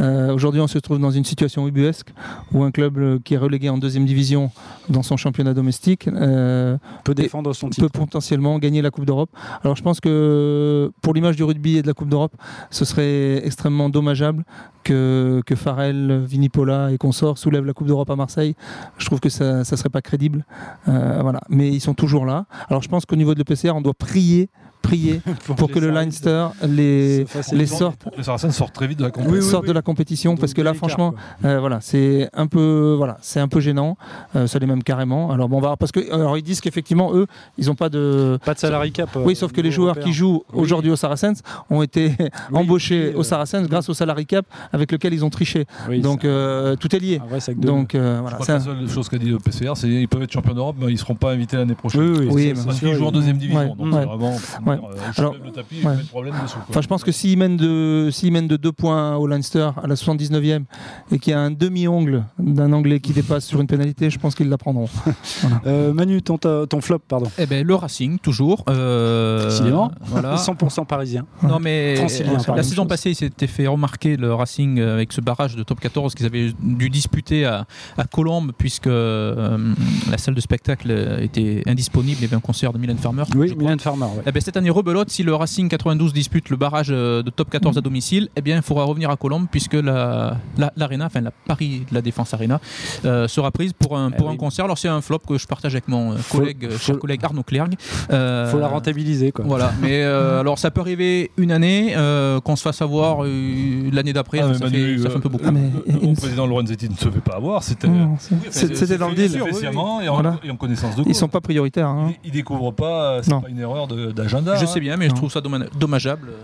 Speaker 3: Euh, aujourd'hui, on se trouve dans une situation ubuesque où un club euh, qui est relégué en deuxième division dans son championnat domestique euh,
Speaker 4: Peut
Speaker 3: Et-
Speaker 4: défendre son
Speaker 3: peut
Speaker 4: titre.
Speaker 3: potentiellement gagner la Coupe d'Europe. Alors je pense que pour l'image du rugby et de la Coupe d'Europe, ce serait extrêmement dommageable que, que Farrell, Vinipola et consorts soulèvent la Coupe d'Europe à Marseille. Je trouve que ça ne serait pas crédible. Euh, voilà. Mais ils sont toujours là. Alors je pense qu'au niveau de l'EPCR, on doit prier, prier pour que le Leinster les,
Speaker 4: se fasse
Speaker 3: les
Speaker 5: bon,
Speaker 3: sorte.
Speaker 5: Les Saracens sortent très vite de la compétition.
Speaker 4: oui,
Speaker 3: sorte
Speaker 4: oui.
Speaker 3: de la compétition parce que là franchement euh, voilà, c'est un peu, voilà, c'est un peu gênant. Euh, ça les même carrément. Alors bon, on va voir, parce que alors ils disent qu'effectivement eux, ils n'ont pas de.
Speaker 4: Pas de salary cap. euh,
Speaker 3: Oui, sauf que les
Speaker 4: niveau
Speaker 3: joueurs qui
Speaker 4: européen.
Speaker 3: jouent
Speaker 4: Oui.
Speaker 3: aujourd'hui au Saracens ont été embauchés
Speaker 4: oui, euh,
Speaker 3: au Saracens grâce au salary cap avec lequel ils ont triché.
Speaker 4: Oui,
Speaker 3: Donc
Speaker 4: c'est
Speaker 3: euh, tout est lié.
Speaker 4: un vrai Ah sac de
Speaker 3: Donc euh,
Speaker 5: Je
Speaker 3: voilà.
Speaker 5: crois
Speaker 3: c'est
Speaker 5: que la
Speaker 3: un-
Speaker 5: seule chose qu'a dit le PCR, c'est qu'ils peuvent être champions d'Europe, mais ils ne seront pas invités l'année prochaine.
Speaker 4: oui, ça,
Speaker 3: Oui, mais-
Speaker 4: c'est
Speaker 5: Parce
Speaker 4: sûr,
Speaker 5: qu'ils jouent en
Speaker 4: il-
Speaker 5: deuxième division,
Speaker 3: Ouais,
Speaker 5: donc
Speaker 3: ouais.
Speaker 5: c'est vraiment.
Speaker 3: Ouais.
Speaker 5: euh, je
Speaker 3: Alors,
Speaker 5: lève le tapis,
Speaker 3: ouais.
Speaker 5: je mets le problème dessous. quoi. Ah,
Speaker 3: Enfin, je pense que s'ils mènent de, s'ils mènent de 2 points au Leinster à la 79e et qu'il y a un demi-ongle d'un Anglais qui dépasse sur une pénalité, je pense qu'ils la prendront.
Speaker 4: Euh, Manu, ton, ta- ton flop, pardon.
Speaker 6: Eh ben, le Racing, toujours. Euh,
Speaker 4: Décidément.
Speaker 3: Ah.
Speaker 6: Voilà.
Speaker 4: 100% parisien.
Speaker 6: Non mais
Speaker 4: Francilien, par
Speaker 6: euh, la
Speaker 4: exemple.
Speaker 6: saison passée, il s'était fait remarquer le Racing euh, avec ce barrage de top 14 qu'ils avaient dû disputer à, à Colombes puisque euh, la salle de spectacle euh, était indisponible. Il y avait un concert de Mylène Farmer. je
Speaker 4: Oui,
Speaker 6: crois.
Speaker 4: Milan Farmer. ouais.
Speaker 6: Eh ben, cette année rebelote, si le Racing 92 dispute le barrage euh, de top
Speaker 4: Mm.
Speaker 6: 14 à domicile, eh bien, il faudra revenir à Colombes puisque la, la- l'Arena, enfin la Paris de la Défense Arena, euh, sera prise pour un,
Speaker 4: Eh
Speaker 6: pour
Speaker 4: oui.
Speaker 6: un concert. Alors c'est un flop que je partage avec mon euh,
Speaker 4: Faut-
Speaker 6: collègue, euh, cher
Speaker 4: faut-
Speaker 6: collègue Arnaud Clergue. Euh,
Speaker 4: Faut la rentabiliser, quoi.
Speaker 6: Voilà, mais euh, alors ça peut arriver une année, euh, qu'on se fasse avoir euh, l'année d'après,
Speaker 5: Ah, mais
Speaker 6: ça,
Speaker 5: Manu,
Speaker 6: fait, ça fait un peu
Speaker 5: euh,
Speaker 6: beaucoup.
Speaker 3: Ah, mais-
Speaker 5: Le bon
Speaker 3: ils-
Speaker 5: président Lorenzetti ne se fait pas avoir,
Speaker 4: euh,
Speaker 5: c'était.
Speaker 3: non, c'est-
Speaker 5: Oui, enfin,
Speaker 3: c'est-
Speaker 5: c'est
Speaker 3: C'était dans le
Speaker 5: fait
Speaker 3: deal.
Speaker 5: sciemment et en,
Speaker 3: Voilà.
Speaker 5: et en connaissance de
Speaker 3: Ils
Speaker 5: cause.
Speaker 3: sont pas prioritaires. hein.
Speaker 5: Il- il découvre pas, euh, c'est
Speaker 3: Non.
Speaker 5: pas une erreur de- d'agenda.
Speaker 4: Ah,
Speaker 6: Je
Speaker 5: hein.
Speaker 6: sais bien, mais je trouve ça domma- dommageable. euh,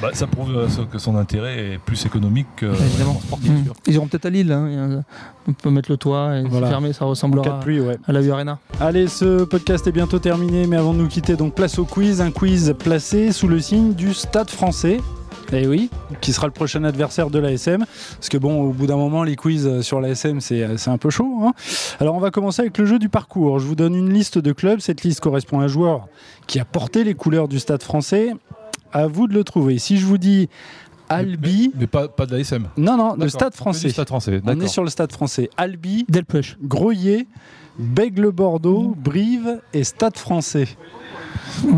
Speaker 5: Bah, ça prouve euh, ça- que son intérêt est plus économique que
Speaker 3: Évidemment.
Speaker 5: sportif.
Speaker 4: Mmh.
Speaker 3: Mm. Ils auront peut-être à Lille. hein. Il y a- On peut mettre le toit et c'est
Speaker 4: Voilà.
Speaker 3: fermé, ça
Speaker 4: En cas
Speaker 3: ressemblera
Speaker 4: de pluie, ouais.
Speaker 3: à la U Arena.
Speaker 4: Allez, ce podcast est bientôt terminé, mais avant de nous quitter, donc place au quiz, un quiz placé sous le signe du Stade français. Eh oui, qui sera le prochain adversaire de l'ASM. Parce que bon, au bout d'un moment, les quiz euh, sur l'ASM, c'est euh, c'est un peu chaud. hein. Alors on va commencer avec le jeu du parcours. Je vous donne une liste de clubs. Cette liste correspond à un joueur qui a porté les couleurs du Stade français. À vous de le trouver. Si je vous dis Albi...
Speaker 5: Mais pas, pas de la SM.
Speaker 4: Non, non, le
Speaker 5: D'accord.
Speaker 4: Stade
Speaker 5: Que du
Speaker 4: français.
Speaker 5: Stade français,
Speaker 4: On est
Speaker 5: d'accord.
Speaker 4: sur le Stade français. Albi,
Speaker 3: Delpech.
Speaker 4: Groyer, Bègle-Bordeaux, Brive et Stade français.
Speaker 3: Ouais.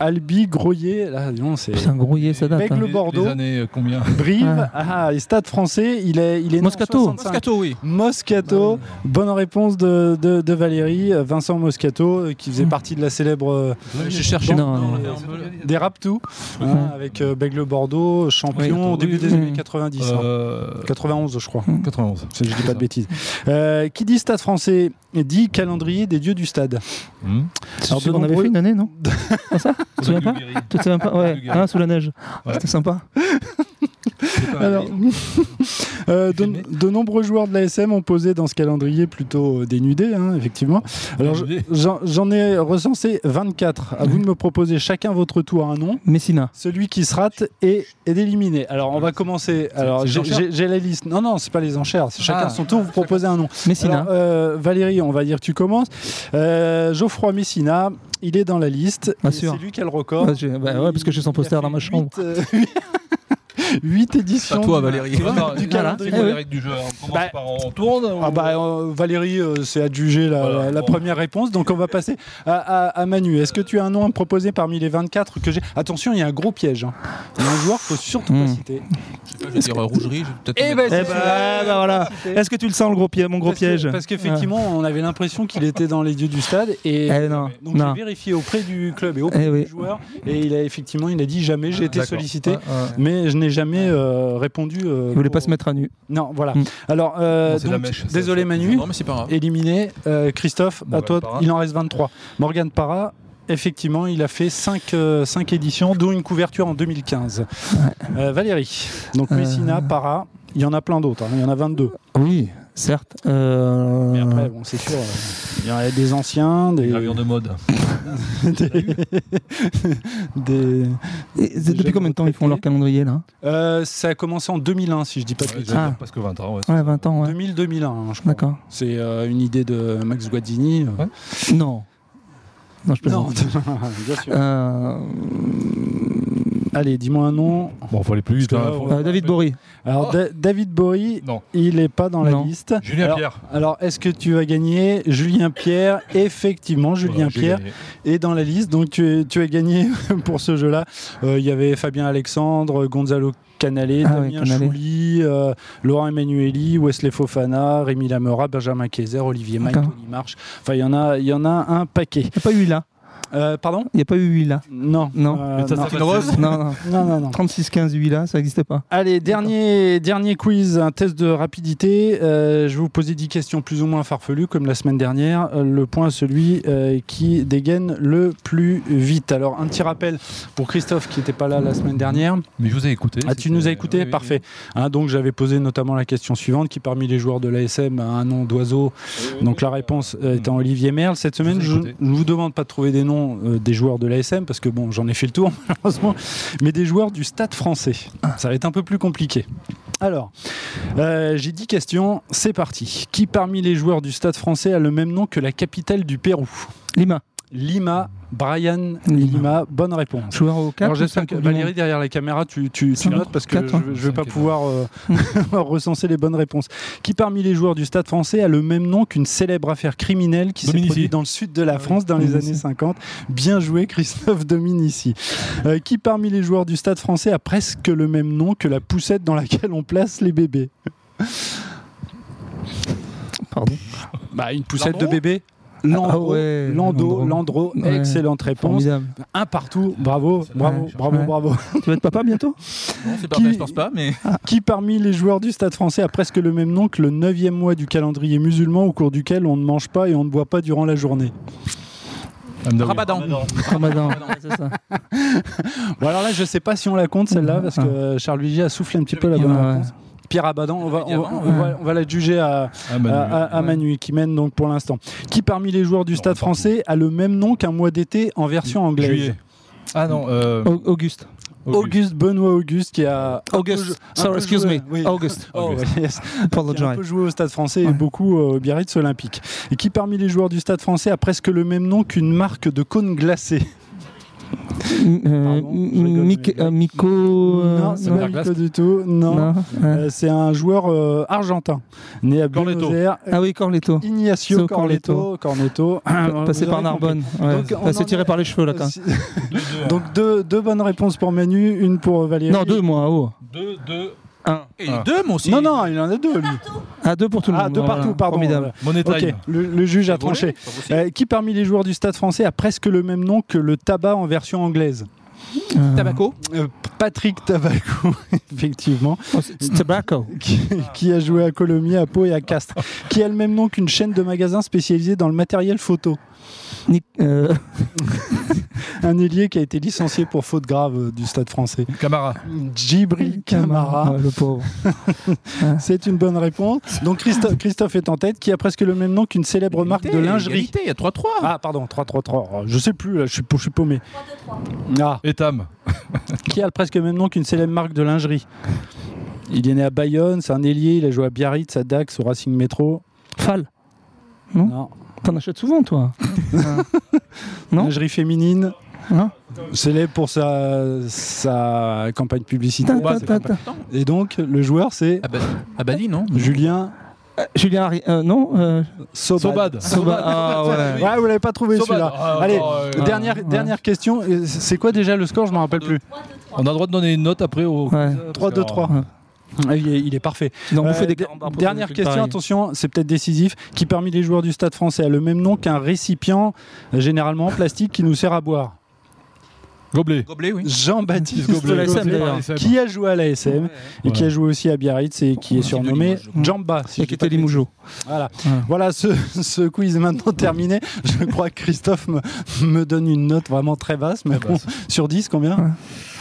Speaker 4: Albi, Groyer, là, non, c'est.
Speaker 3: Putain, grouillé, ça date.
Speaker 4: Bègle-
Speaker 3: hein.
Speaker 4: Le
Speaker 5: Les-
Speaker 4: Bordeaux.
Speaker 5: Les années euh, combien
Speaker 4: Brive,
Speaker 3: Ouais.
Speaker 4: ah, et Stade français, il est, il est né en
Speaker 3: Moscato.
Speaker 4: 65.
Speaker 6: Moscato, oui.
Speaker 4: Moscato, bonne réponse de, de- de Valérie, euh, Vincent Moscato, euh, qui faisait
Speaker 3: Mm.
Speaker 4: partie de la célèbre euh,
Speaker 6: Je cherchais.
Speaker 3: Non,
Speaker 6: Non,
Speaker 3: mais-
Speaker 6: on fait un peu-
Speaker 4: des Raptou, hein, avec euh, Bègle Bordeaux, champion
Speaker 5: Oui,
Speaker 4: au début
Speaker 5: oui,
Speaker 4: des
Speaker 3: Mm. oui. Mm.
Speaker 4: années 90, hein.
Speaker 5: Euh,
Speaker 4: 91 je crois,
Speaker 5: 91.
Speaker 4: si je dis pas
Speaker 5: ça.
Speaker 4: de bêtises. Euh, qui dit stade français dit calendrier des dieux du stade.
Speaker 5: Hmm.
Speaker 3: C'est
Speaker 4: Alors,
Speaker 3: celui
Speaker 4: de
Speaker 3: qu'on avait
Speaker 4: nombreux-
Speaker 3: fait une année, non Ah, Tu te souviens pas
Speaker 5: Guéry.
Speaker 3: Tu te souviens pas Ouais,
Speaker 5: Guéry.
Speaker 3: hein, sous la neige.
Speaker 5: Ouais.
Speaker 3: C'était sympa.
Speaker 5: C'est pas un
Speaker 4: Alors,
Speaker 5: livre.
Speaker 4: euh, de,
Speaker 5: Filmé.
Speaker 4: de nombreux joueurs de l'ASM ont posé dans ce calendrier plutôt euh, dénudé, hein, effectivement. Alors, je-
Speaker 5: Dénudé.
Speaker 4: j'en j'en ai recensé 24. À vous de me proposer chacun votre tour un nom.
Speaker 3: Messina.
Speaker 4: Celui qui se rate est, est éliminé. Alors on va commencer. Alors
Speaker 5: c'est
Speaker 4: j'ai-
Speaker 5: l'enchère
Speaker 4: j'ai j'ai la liste. Non non, c'est pas les enchères. C'est chacun
Speaker 5: Ah.
Speaker 4: son tour. Vous proposez un nom.
Speaker 3: Messina.
Speaker 4: Alors, euh, Valérie, on va dire tu commences. Euh, Geoffroy Messina, il est dans la liste.
Speaker 3: Bien
Speaker 4: Et
Speaker 3: sûr.
Speaker 4: C'est lui qui a le record.
Speaker 3: Ouais, j'ai- bah ouais, parce que j'ai son
Speaker 4: Il a
Speaker 3: poster
Speaker 4: fait
Speaker 3: dans ma
Speaker 4: huit,
Speaker 3: chambre.
Speaker 4: euh, Huit éditions.
Speaker 6: À toi,
Speaker 4: du-
Speaker 6: Valérie.
Speaker 4: du-
Speaker 5: Voilà.
Speaker 4: du
Speaker 3: Voilà.
Speaker 5: C'est
Speaker 4: calendrier.
Speaker 5: quoi
Speaker 3: Eh
Speaker 5: les
Speaker 3: oui.
Speaker 5: règles du jeu hein. On commence
Speaker 4: Bah-
Speaker 5: par on tourne
Speaker 4: Ah
Speaker 5: ou-
Speaker 4: bah, euh, Valérie euh, s'est adjugée la,
Speaker 5: Voilà,
Speaker 4: la- la
Speaker 5: bon.
Speaker 4: première réponse, donc on va passer à, à- à Manu. Est-ce que tu as un nom à me proposer parmi les 24 que j'ai Attention, il y a un gros piège. hein. Il y a un joueur qu'il faut surtout pas
Speaker 5: Hmm.
Speaker 3: Mm.
Speaker 4: citer.
Speaker 6: Je vais dire euh, rougerie, je vais peut-être.
Speaker 4: Eh ben,
Speaker 3: Eh ben,
Speaker 4: c'est-
Speaker 3: ben voilà. Est-ce que tu le sens, le gros pied, mon gros
Speaker 4: Parce que-
Speaker 3: piège
Speaker 4: Parce qu'effectivement, on avait l'impression qu'il était dans les dieux du stade. Et
Speaker 3: Eh non,
Speaker 4: donc
Speaker 3: non.
Speaker 4: j'ai vérifié auprès du club et auprès
Speaker 3: Eh
Speaker 4: du
Speaker 3: oui.
Speaker 4: joueur. Et il a effectivement, il a dit jamais j'ai été
Speaker 5: D'accord.
Speaker 4: sollicité.
Speaker 5: Ouais, ouais.
Speaker 4: Mais je n'ai jamais euh, répondu. euh,
Speaker 3: Il voulait
Speaker 4: pour-
Speaker 3: pas se mettre à nu.
Speaker 4: Non, voilà.
Speaker 3: Mm.
Speaker 4: Alors, euh,
Speaker 5: Hmm. Non, c'est la
Speaker 4: donc,
Speaker 5: mèche, ça,
Speaker 4: désolé
Speaker 5: ça.
Speaker 4: Manu,
Speaker 6: Non, mais c'est pas grave.
Speaker 4: éliminé. Euh, Christophe, à
Speaker 5: Morgan
Speaker 4: toi,
Speaker 5: Parra.
Speaker 4: il en reste 23. Morgan Parra, effectivement, il a fait 5, éditions, dont une couverture en 2015. Euh, Valérie, donc
Speaker 3: Euh.
Speaker 4: Messina, Parra, il y en a plein d'autres, hein, il y en a 22.
Speaker 3: Oui, certes. Euh,
Speaker 4: Mais après, bon, c'est sûr, euh, il y en a des anciens, des.
Speaker 5: Gravure de mode.
Speaker 4: des- des-
Speaker 3: et- et
Speaker 4: jeunes
Speaker 3: depuis combien de temps ils font leur
Speaker 4: retraités.
Speaker 3: calendrier là
Speaker 4: Euh, ça a commencé en 2001, si je dis pas de
Speaker 5: Ouais,
Speaker 4: bêtises.
Speaker 5: j'allais
Speaker 3: Ah.
Speaker 5: dire presque 20 ans. ouais.
Speaker 3: Ouais, 20 ans, Ah, ouais.
Speaker 4: 2000-2001, hein, je crois.
Speaker 3: D'accord.
Speaker 4: C'est euh, une idée de Max Guadini.
Speaker 3: Non. Non, je
Speaker 4: Non,
Speaker 3: plaisante.
Speaker 4: bien sûr.
Speaker 3: Euh,
Speaker 4: Allez, dis-moi un nom.
Speaker 5: Bon, faut aller plus vite.
Speaker 4: Parce que
Speaker 5: hein,
Speaker 4: là,
Speaker 5: faut-
Speaker 3: euh, David Bory.
Speaker 4: Alors,
Speaker 5: Oh.
Speaker 4: Da- David Bowie,
Speaker 5: Non.
Speaker 4: il n'est pas dans
Speaker 3: Non.
Speaker 4: la liste.
Speaker 5: Julien
Speaker 4: alors,
Speaker 5: Pierre.
Speaker 4: Alors, est-ce que tu vas gagner Julien Pierre Effectivement, Julien
Speaker 5: Voilà, j'ai
Speaker 4: Pierre
Speaker 5: gagné.
Speaker 4: est dans la liste. Donc, tu, tu as gagné pour ce jeu-là. Euh, Il y avait Fabien Alexandre, Gonzalo Canale,
Speaker 3: Ah oui,
Speaker 4: Damien
Speaker 3: Canale.
Speaker 4: Chouli, euh, Laurent Emmanueli, Wesley Fofana, Rémi Lamora, Benjamin Kaiser, Olivier Maille,
Speaker 3: D'accord.
Speaker 4: Tony March. Enfin, il y, en a- il y en a un paquet.
Speaker 3: Il n'y a pas eu là.
Speaker 4: Euh, pardon
Speaker 3: Il n'y a pas eu là.
Speaker 4: Non.
Speaker 3: Non.
Speaker 4: Euh,
Speaker 5: Mais ça,
Speaker 4: non.
Speaker 5: ça
Speaker 6: Une rose
Speaker 3: Non, non.
Speaker 4: non, non, non.
Speaker 3: 36-15 Huila, ça n'existait pas.
Speaker 4: Allez, dernier, dernier quiz, un test de rapidité. Euh, je vais vous poser 10 questions plus ou moins farfelues, comme la semaine dernière. Euh, le point, celui euh, qui dégaine le plus vite. Alors, un petit rappel pour Christophe qui n'était pas là la semaine dernière.
Speaker 5: Mais je vous ai écouté.
Speaker 4: Ah, tu
Speaker 5: c'était- euh,
Speaker 4: nous as écouté
Speaker 5: oui, oui,
Speaker 4: Parfait. Hein, donc, j'avais posé notamment la question suivante qui, parmi les joueurs de l'ASM, a un nom d'oiseau. Donc, la réponse euh, étant Olivier Merle. Cette semaine,
Speaker 5: Je vous ai
Speaker 4: je
Speaker 5: écouté.
Speaker 4: ne vous demande pas de trouver des noms euh, des joueurs de l'ASM parce que, bon, j'en ai fait le tour, malheureusement, mais des joueurs du stade français. Ça va être un peu plus compliqué. Alors, euh, j'ai 10 questions. C'est parti. Qui parmi les joueurs du stade français a le même nom que la capitale du Pérou
Speaker 3: Lima,
Speaker 4: Lima, Brian
Speaker 3: Lima.
Speaker 4: Lima. Bonne réponse.
Speaker 3: joueur au 4.
Speaker 4: Alors j'espère que Valérie derrière la caméra, tu, tu, tu
Speaker 3: Cinq,
Speaker 4: notes parce que
Speaker 3: quatre, hein.
Speaker 4: je,
Speaker 3: ouais.
Speaker 4: je vais pas
Speaker 5: Cinq et
Speaker 4: pouvoir euh, recenser les bonnes réponses. Qui parmi les joueurs du Stade Français a le même nom qu'une célèbre affaire criminelle qui s'est
Speaker 5: Dominici.
Speaker 4: produite dans le sud
Speaker 5: Ah
Speaker 4: de la France dans les
Speaker 3: Dominici.
Speaker 4: années 50 Bien joué Christophe Dominici. Euh, qui parmi les joueurs du Stade Français a presque le même nom que la poussette dans laquelle on place les bébés
Speaker 3: Pardon.
Speaker 4: Bah une poussette
Speaker 5: Landreau
Speaker 4: de bébé. Landreau,
Speaker 3: Ah ouais,
Speaker 4: Lando,
Speaker 3: Landreau.
Speaker 4: Landreau,
Speaker 3: Ouais.
Speaker 4: excellente réponse.
Speaker 3: Formidable.
Speaker 4: Un partout, bravo, bravo,
Speaker 3: Ouais.
Speaker 4: bravo,
Speaker 3: Ouais.
Speaker 4: bravo.
Speaker 3: tu vas être papa bientôt
Speaker 6: Non, c'est pas
Speaker 4: Qui-
Speaker 6: vrai, je pense pas, mais.
Speaker 5: Ah,
Speaker 4: Qui parmi les joueurs du Stade français a presque le même nom que le 9e mois du calendrier musulman au cours duquel on ne mange pas et on ne boit pas durant la journée
Speaker 5: oui. Hamdaoui.
Speaker 6: Rabadan.
Speaker 3: Ramadan. Ah Ouais, c'est ça.
Speaker 4: Bon alors là je sais pas si on la compte celle-là parce que euh, Charles Vigier a soufflé un petit peu la bonne
Speaker 3: Ouais,
Speaker 4: réponse. Pierre Abadan, on va, on, va- on va- on va la juger à,
Speaker 5: Ah, Manu.
Speaker 4: à- à- à Manu qui mène donc pour l'instant. Qui parmi les joueurs du
Speaker 5: Non,
Speaker 4: Stade
Speaker 5: pardon.
Speaker 4: français a le même nom qu'un mois d'été en version anglaise
Speaker 5: Juillet. Ah non, euh,
Speaker 3: Au- Auguste.
Speaker 4: Auguste Benoît Auguste qui a un peu jou-
Speaker 3: Auguste.
Speaker 4: un
Speaker 3: Sorry,
Speaker 4: peu
Speaker 3: excuse
Speaker 4: joué-
Speaker 3: me.
Speaker 4: oui.
Speaker 3: Auguste.
Speaker 4: Oh,
Speaker 5: Auguste.
Speaker 4: yes. qui a un
Speaker 3: Apologize.
Speaker 4: peu joué au Stade français et
Speaker 3: Ouais.
Speaker 4: beaucoup euh, au Biarritz Olympique. Et qui, parmi les joueurs du Stade français, a presque le même nom qu'une marque de cône glacé
Speaker 3: Euh,
Speaker 4: Pardon, je rigole,
Speaker 3: Mic-
Speaker 4: mais-
Speaker 3: euh, Mico. euh,
Speaker 4: non, c'est
Speaker 3: non,
Speaker 4: pas
Speaker 6: Douglas.
Speaker 4: Nico du tout. Non.
Speaker 3: non, euh,
Speaker 4: Euh, c'est un joueur euh, argentin, né à Buenos
Speaker 5: Cornetto.
Speaker 4: Aires.
Speaker 3: Ah oui, Corletto.
Speaker 4: Ignacio
Speaker 3: So
Speaker 4: Cornetto. Cornetto. Ah, Vous
Speaker 3: Passé
Speaker 4: avez
Speaker 3: par
Speaker 4: compris.
Speaker 3: Narbonne. Ouais,
Speaker 4: Donc, on
Speaker 3: enfin, c'est
Speaker 4: en
Speaker 3: tiré
Speaker 4: est-
Speaker 3: par les cheveux là quand même.
Speaker 4: Si- Donc deux, deux bonnes réponses pour Manu, une pour Valérie.
Speaker 3: Non, deux moi, oh.
Speaker 5: 2, 2.
Speaker 3: Un.
Speaker 6: Et deux, moi aussi.
Speaker 4: Non, non, il en a deux, lui.
Speaker 3: Ah, deux pour tout le
Speaker 4: Ah,
Speaker 3: monde.
Speaker 4: deux
Speaker 3: voilà.
Speaker 4: partout, pardon. Euh,
Speaker 3: Formidable.
Speaker 5: Money time.
Speaker 4: Ok, le, le juge a
Speaker 6: C'est volé,
Speaker 4: tranché.
Speaker 6: c'est pas possible.
Speaker 4: Euh, qui parmi les joueurs du stade français a presque le même nom que le tabac en version anglaise
Speaker 3: Euh,
Speaker 6: Tabaco.
Speaker 4: Euh, Patrick Tabaco, effectivement,
Speaker 3: oh, c'est- c'est Tobacco.
Speaker 4: qui, qui a joué à Colomiers, à Pau et à Castres, qui a le même nom qu'une chaîne de magasins spécialisée dans le matériel photo.
Speaker 3: Nick- euh,
Speaker 4: Un ailier qui a été licencié pour faute grave euh, du stade français.
Speaker 5: Camara.
Speaker 4: Djibril Camara.
Speaker 3: Ouais, Ah, le pauvre.
Speaker 4: C'est une bonne réponse. Donc Christo- Christophe est en tête, qui a presque le même nom qu'une célèbre marque de
Speaker 6: Égalité,
Speaker 4: lingerie.
Speaker 6: égalité, Il y a 3-3.
Speaker 4: Ah pardon, 3-3-3. Oh, Je sais plus, là, je suis, je suis paumé. 3-2-3. Ah,
Speaker 5: Et Tam.
Speaker 4: qui a presque le même nom qu'une célèbre marque de lingerie. Il est né à Bayonne, c'est un ailier, il a joué à Biarritz, à Dax, au Racing Métro.
Speaker 3: Fall.
Speaker 4: Non.
Speaker 3: T'en achètes souvent, toi Non.
Speaker 4: Lingerie féminine.
Speaker 3: Hein
Speaker 4: Célèbre pour sa, sa campagne publicitaire.
Speaker 3: Ta, ta, ta, ta.
Speaker 4: Et donc, le joueur, c'est
Speaker 6: Ah bah, ah bah dis non.
Speaker 4: Julien
Speaker 3: Euh, Julien Harry. euh, non euh,
Speaker 4: Sobad.
Speaker 5: Sobad.
Speaker 3: Soba- Ah ouais.
Speaker 4: Ouais, vous l'avez pas trouvé
Speaker 5: Sobad.
Speaker 4: celui-là.
Speaker 5: Ah,
Speaker 4: Allez,
Speaker 5: encore, euh,
Speaker 4: dernière,
Speaker 3: ouais.
Speaker 4: dernière question. Euh, C'est quoi déjà le score Je m'en rappelle plus.
Speaker 5: On a le droit de donner une note après au.
Speaker 3: Ouais.
Speaker 4: 3-2-3.
Speaker 3: Ouais.
Speaker 4: Ah, Il est, il est parfait.
Speaker 3: Tu dois en bouffer
Speaker 4: Euh,
Speaker 3: des
Speaker 4: d-
Speaker 3: carambars pour
Speaker 4: dernière
Speaker 3: trouver le
Speaker 4: question,
Speaker 3: pareil.
Speaker 4: attention, c'est peut-être décisif. Qui parmi les joueurs du stade français a le même nom qu'un récipient, euh, généralement en plastique, qui nous sert à boire
Speaker 5: Gobelet.
Speaker 6: Gobelet, oui.
Speaker 4: Jean-Baptiste
Speaker 3: Gobelet. De la SM,
Speaker 5: Gobelet,
Speaker 3: d'ailleurs.
Speaker 5: SM.
Speaker 4: Qui a joué à l'ASM et qui
Speaker 5: Voilà.
Speaker 4: a joué aussi à Biarritz et qui est surnommé
Speaker 6: Limoges,
Speaker 4: Jamba. si
Speaker 3: Et
Speaker 4: je
Speaker 3: qui
Speaker 4: dis pas
Speaker 3: était
Speaker 4: de
Speaker 3: Limoujo.
Speaker 4: Voilà,
Speaker 3: Voilà.
Speaker 4: voilà ce, ce quiz est maintenant terminé. Je crois que Christophe me, me donne une note vraiment très basse, mais
Speaker 5: Très
Speaker 4: bon,
Speaker 5: basse.
Speaker 4: sur 10, combien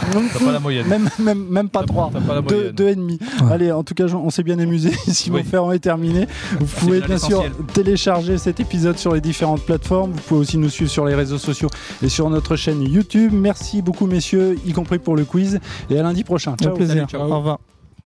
Speaker 5: T'as pas la moyenne.
Speaker 4: même, même, même pas 3.
Speaker 5: T'as pas la
Speaker 4: Deux,
Speaker 5: moyenne.
Speaker 4: deux et demi. Allez, en tout cas, on s'est bien amusé. Si
Speaker 5: Oui.
Speaker 4: mon ferrant est terminé, vous pouvez
Speaker 6: déjà
Speaker 4: bien sûr
Speaker 6: l'essentiel.
Speaker 4: télécharger cet épisode sur les différentes plateformes. Vous pouvez aussi nous suivre sur les réseaux sociaux et sur notre chaîne YouTube. Merci beaucoup, messieurs, y compris pour le quiz. Et à lundi prochain.
Speaker 3: Un
Speaker 4: Ciao.
Speaker 3: plaisir.
Speaker 6: Salut, ciao.
Speaker 3: Au revoir.